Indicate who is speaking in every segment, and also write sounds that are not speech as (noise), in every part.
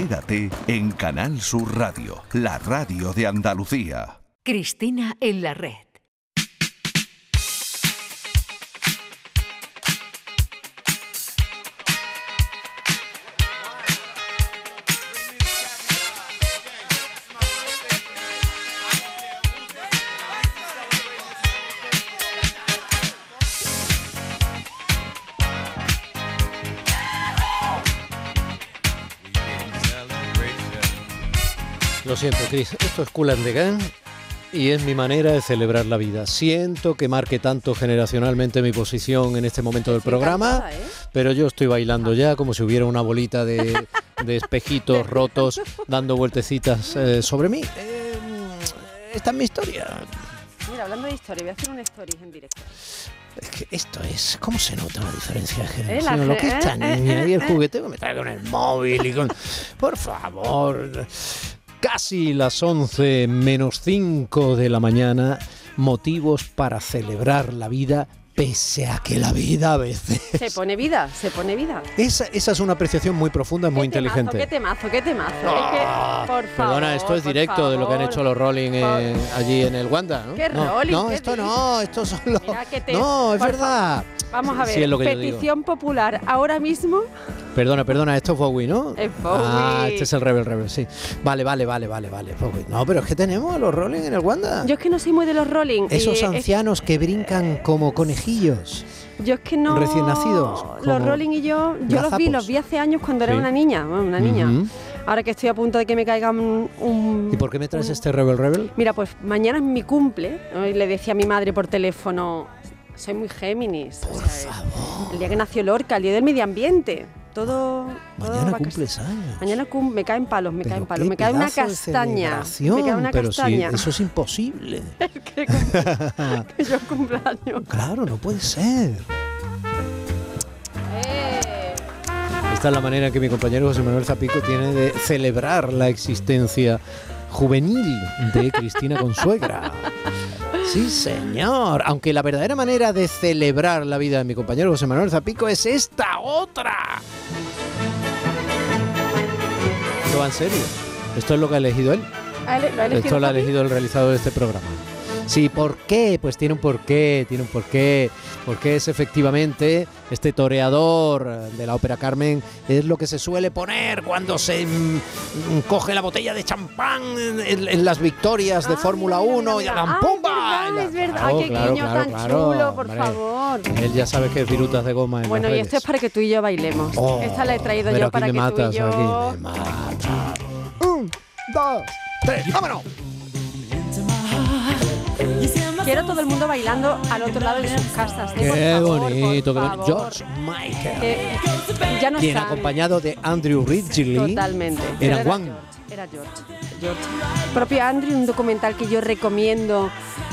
Speaker 1: Quédate en Canal Sur Radio, la radio de Andalucía.
Speaker 2: Cristina en la red.
Speaker 3: Lo siento, Chris. Esto es Cool and the Gang y es mi manera de celebrar la vida. Siento que marque tanto generacionalmente mi posición en este momento del programa,
Speaker 4: ¿eh?
Speaker 3: pero yo estoy bailando ya como si hubiera una bolita de, de espejitos rotos dando vueltecitas eh, sobre mí. Eh, esta es mi historia.
Speaker 4: Mira, hablando de historia, voy a hacer un stories en directo.
Speaker 3: Es que esto es, ¿cómo se nota la diferencia de
Speaker 4: Eh,
Speaker 3: generación?
Speaker 4: la
Speaker 3: Lo
Speaker 4: ge-
Speaker 3: que esta
Speaker 4: eh,
Speaker 3: niña
Speaker 4: eh,
Speaker 3: y el
Speaker 4: eh.
Speaker 3: jugueteo que me trae con el móvil y con... Por favor. Casi las 11 menos 5 de la mañana, motivos para celebrar la vida, pese a que la vida a veces... (laughs)
Speaker 4: Se pone vida, se pone vida.
Speaker 3: Esa, esa es una apreciación muy profunda, muy
Speaker 4: Qué temazo,
Speaker 3: inteligente.
Speaker 4: Qué temazo, qué temazo. Es que,
Speaker 3: Ah,
Speaker 4: por
Speaker 3: Perdona,
Speaker 4: favor,
Speaker 3: esto es
Speaker 4: por
Speaker 3: directo de lo que han
Speaker 4: favor.
Speaker 3: hecho los Rolling
Speaker 4: Por-
Speaker 3: eh, allí en el Wanda, ¿no?
Speaker 4: ¿Qué
Speaker 3: no,
Speaker 4: Rolling?
Speaker 3: no,
Speaker 4: ¿Qué
Speaker 3: esto
Speaker 4: dices?
Speaker 3: no, esto solo.
Speaker 4: Mira que te-
Speaker 3: no, es
Speaker 4: por
Speaker 3: verdad.
Speaker 4: Vamos a ver,
Speaker 3: Sí, es lo que yo digo.
Speaker 4: petición popular ahora mismo.
Speaker 3: Perdona, perdona, esto es Bowie, ¿no?
Speaker 4: Es Bowie.
Speaker 3: Ah, este es el Rebel Rebel, sí. Vale, vale, vale, vale, vale. Bowie. No, pero es que tenemos a los Rolling en el Wanda.
Speaker 4: Yo es que no soy muy de los Rolling.
Speaker 3: Esos
Speaker 4: eh, es-
Speaker 3: ancianos que brincan como conejillos.
Speaker 4: yo es que no.
Speaker 3: recién nacidos,
Speaker 4: Los
Speaker 3: como
Speaker 4: Rolling y yo, yo los
Speaker 3: gazapos.
Speaker 4: vi, los vi hace años cuando
Speaker 3: Sí.
Speaker 4: era una niña, bueno, una niña.
Speaker 3: Ujú.
Speaker 4: Ahora que estoy a punto de que me caiga un. un-
Speaker 3: ¿Y por qué me traes este Rebel Rebel?
Speaker 4: Mira, pues mañana es mi cumple. ¿no? Y le decía a mi madre por teléfono, soy muy Géminis. o sea, El día que nació Lorca, el día del medio ambiente. Todo. todo
Speaker 3: Mañana
Speaker 4: va a
Speaker 3: cumples años.
Speaker 4: Mañana cum- me caen palos, me
Speaker 3: Pero
Speaker 4: caen
Speaker 3: qué
Speaker 4: palos, me cae una
Speaker 3: pedazo de
Speaker 4: castaña. Me
Speaker 3: celebración,
Speaker 4: cae una
Speaker 3: pero sí,
Speaker 4: castaña.
Speaker 3: eso es imposible.
Speaker 4: que, cum- (laughs) que yo cumpleaños.
Speaker 3: Claro, no puede ser. Esta es la manera que mi compañero José Manuel Zapico tiene de celebrar la existencia juvenil de Cristina Consuegra. Sí, señor. Aunque la verdadera manera de celebrar la vida de mi compañero José Manuel Zapico es esta otra. Esto va en serio. Esto es lo que ha elegido él.
Speaker 4: ¿Ha ele- lo ha elegido
Speaker 3: Esto lo ha
Speaker 4: Papi?
Speaker 3: elegido el realizador de este programa. Sí, ¿por qué? Pues tiene un porqué, tiene un porqué. Porque es efectivamente este toreador eh, de la ópera Carmen, es lo que se suele poner cuando se mm, mm, coge la botella de champán en, en- en las victorias de
Speaker 4: Ah,
Speaker 3: Fórmula
Speaker 4: mira, mira,
Speaker 3: 1 y
Speaker 4: mira.
Speaker 3: a la
Speaker 4: Ah,
Speaker 3: ¡pumba!
Speaker 4: Es
Speaker 3: Y
Speaker 4: verdad,
Speaker 3: la-
Speaker 4: es verdad.
Speaker 3: Claro,
Speaker 4: Ay, qué
Speaker 3: claro,
Speaker 4: guiño
Speaker 3: claro,
Speaker 4: tan
Speaker 3: claro,
Speaker 4: chulo, por
Speaker 3: hombre.
Speaker 4: favor.
Speaker 3: Él ya sabe que es virutas de goma. En
Speaker 4: Bueno,
Speaker 3: las
Speaker 4: y esto
Speaker 3: redes.
Speaker 4: es para que tú y yo bailemos.
Speaker 3: Oh,
Speaker 4: Esta la he traído
Speaker 3: pero
Speaker 4: yo
Speaker 3: aquí
Speaker 4: para
Speaker 3: me
Speaker 4: que
Speaker 3: matas,
Speaker 4: tú y yo.
Speaker 3: aquí me matas. Un, dos, tres, vámonos.
Speaker 4: Quiero todo el mundo bailando al otro lado de sus casas. ¿eh? Por
Speaker 3: Qué
Speaker 4: favor, por
Speaker 3: bonito, qué bonito.
Speaker 4: favor.
Speaker 3: George Michael.
Speaker 4: Que ya no
Speaker 3: Bien
Speaker 4: están.
Speaker 3: acompañado de Andrew Ridgely.
Speaker 4: Totalmente. Pero
Speaker 3: Era Juan.
Speaker 4: George, Era George. George. Propio Andrew, un documental que yo recomiendo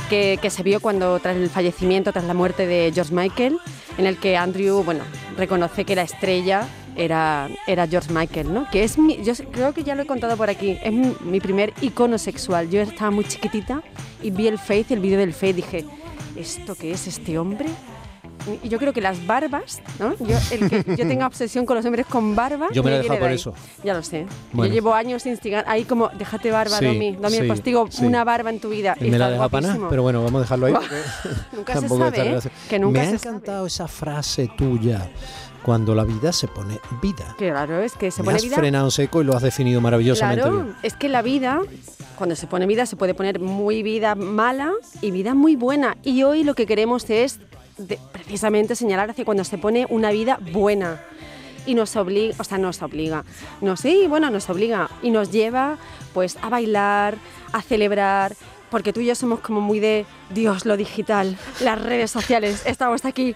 Speaker 4: que, que se vio cuando tras el fallecimiento, tras la muerte de George Michael, en el que Andrew, bueno, reconoce que la estrella era, era George Michael, ¿no? Que es mi, yo creo que ya lo he contado por aquí, es mi, mi primer icono sexual. Yo estaba muy chiquitita y vi el Faith, el vídeo del Faith, dije, ¿esto qué es este hombre? Y yo creo que las barbas, ¿no? Yo, el que
Speaker 3: (laughs)
Speaker 4: yo tenga obsesión con los hombres con barba.
Speaker 3: Yo me la he dejado
Speaker 4: viene de
Speaker 3: por
Speaker 4: ahí.
Speaker 3: eso.
Speaker 4: Ya lo sé.
Speaker 3: Bueno.
Speaker 4: Yo llevo años instigando. Ahí como, déjate barba,
Speaker 3: Sí,
Speaker 4: Domi. Domi,
Speaker 3: sí,
Speaker 4: el postigo,
Speaker 3: sí.
Speaker 4: una barba en tu vida. Y
Speaker 3: Me la
Speaker 4: estás
Speaker 3: deja pana,
Speaker 4: guapísimo.
Speaker 3: pero bueno, vamos a dejarlo ahí. porque
Speaker 4: (laughs) Nunca
Speaker 3: (laughs)
Speaker 4: se
Speaker 3: tampoco
Speaker 4: sabe,
Speaker 3: está
Speaker 4: ¿eh?
Speaker 3: relacion-
Speaker 4: Que nunca
Speaker 3: Me ha
Speaker 4: se sabe.
Speaker 3: encantado esa frase tuya. Cuando la vida se pone vida.
Speaker 4: Claro, es que se
Speaker 3: Me
Speaker 4: pone
Speaker 3: has
Speaker 4: vida.
Speaker 3: frenado en seco y lo has definido maravillosamente
Speaker 4: Claro,
Speaker 3: bien.
Speaker 4: es que la vida, cuando se pone vida, se puede poner muy vida mala y vida muy buena. Y hoy lo que queremos es de- precisamente señalar hacia cuando se pone una vida buena. Y nos obliga, o sea, nos obliga. No sí, bueno, nos obliga. Y nos lleva pues a bailar, a celebrar. Porque tú y yo somos como muy de Dios, lo digital, las redes sociales, estamos aquí,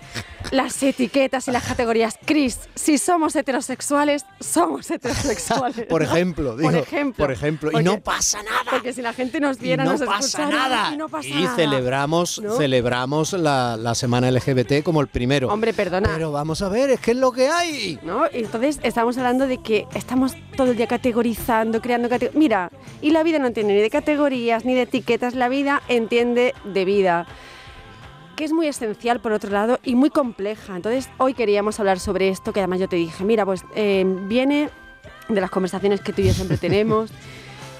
Speaker 4: las etiquetas y las categorías. Chris, si somos heterosexuales, somos heterosexuales.
Speaker 3: Por ejemplo, digo.
Speaker 4: (laughs) Por ejemplo.
Speaker 3: por ejemplo. y
Speaker 4: Porque-
Speaker 3: no pasa nada.
Speaker 4: Porque si la gente nos
Speaker 3: Y
Speaker 4: viera,
Speaker 3: no
Speaker 4: nos
Speaker 3: pasa
Speaker 4: escuchara,
Speaker 3: nada.
Speaker 4: Y no pasa
Speaker 3: Y
Speaker 4: nada.
Speaker 3: celebramos,
Speaker 4: ¿No?
Speaker 3: celebramos la, la semana LGBT como el primero.
Speaker 4: Hombre, perdona.
Speaker 3: Pero vamos a ver, es que es lo que hay.
Speaker 4: ¿No? Y Entonces estamos hablando de que estamos todo el día categorizando, creando categorías. Mira, y la vida no tiene ni de categorías ni de etiquetas, la vida entiende de vida, que es muy esencial por otro lado y muy compleja. Entonces hoy queríamos hablar sobre esto, que además yo te dije, mira, pues eh, viene de las conversaciones que tú y
Speaker 3: (laughs)
Speaker 4: yo siempre tenemos.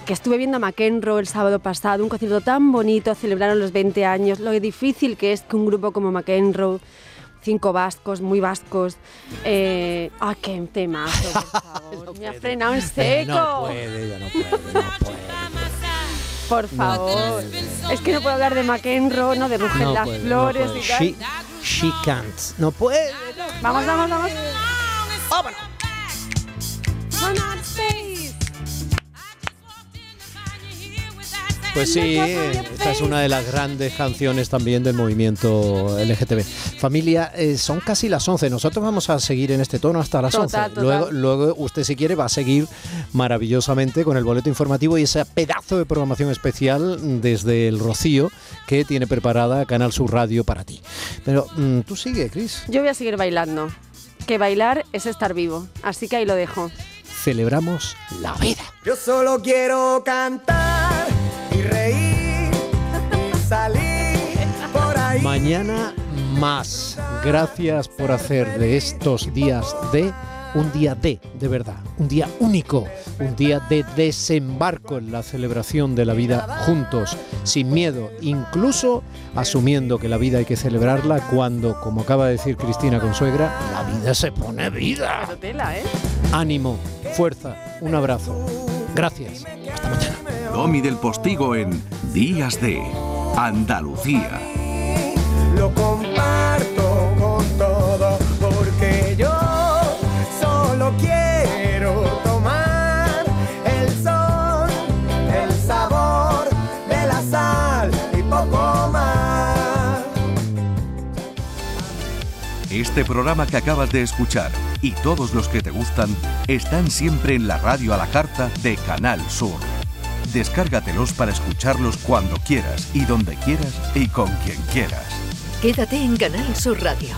Speaker 4: Que estuve viendo a McEnroe el sábado pasado, un concierto tan bonito, celebraron los 20 años, lo difícil que es que un grupo como McEnroe, cinco vascos, muy vascos. Eh, ¡Ah, qué temazo,
Speaker 3: (laughs)
Speaker 4: por favor! Me ha frenado en seco.
Speaker 3: No pues, puede, ya no puede,
Speaker 4: (laughs)
Speaker 3: no puede.
Speaker 4: Por favor. Es que no puedo hablar de McEnroe, no de Rugen
Speaker 3: No
Speaker 4: las
Speaker 3: puede, no
Speaker 4: Flores
Speaker 3: puede.
Speaker 4: y tal.
Speaker 3: She, she can't. No puede.
Speaker 4: Vamos, vamos, vamos.
Speaker 3: Pues sí, esta es una de las grandes canciones también del movimiento LGTB. Familia, eh, son casi las 11. Nosotros vamos a seguir en este tono hasta las
Speaker 4: Total,
Speaker 3: 11.
Speaker 4: total.
Speaker 3: Luego, luego, usted si quiere, va a seguir maravillosamente con el boleto informativo y ese pedazo de programación especial desde el Rocío que tiene preparada Canal Sur Radio para ti. Pero mm, tú sigue, Cris.
Speaker 4: Yo voy a seguir bailando. Que bailar es estar vivo. Así que ahí lo dejo.
Speaker 3: Celebramos la vida.
Speaker 5: Yo solo quiero cantar y reír y salir por ahí.
Speaker 3: Mañana más. Gracias por hacer de estos días de un día de, de verdad, un día único, un día de desembarco en la celebración de la vida juntos, sin miedo, incluso asumiendo que la vida hay que celebrarla cuando, como acaba de decir Cristina Consuegra, la vida se pone vida.
Speaker 4: Tela, ¿eh?
Speaker 3: Ánimo, fuerza, un abrazo. Gracias. Hasta mañana.
Speaker 1: Domi del Postigo en Días de Andalucía.
Speaker 5: Lo comparto con todo porque yo solo quiero tomar el sol, el sabor de la sal y poco más.
Speaker 1: Este programa que acabas de escuchar y todos los que te gustan están siempre en la radio a la carta de Canal Sur. Descárgatelos para escucharlos cuando quieras y donde quieras y con quien quieras.
Speaker 2: Quédate en Canal Sur Radio,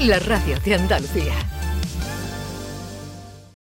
Speaker 2: la radio de Andalucía.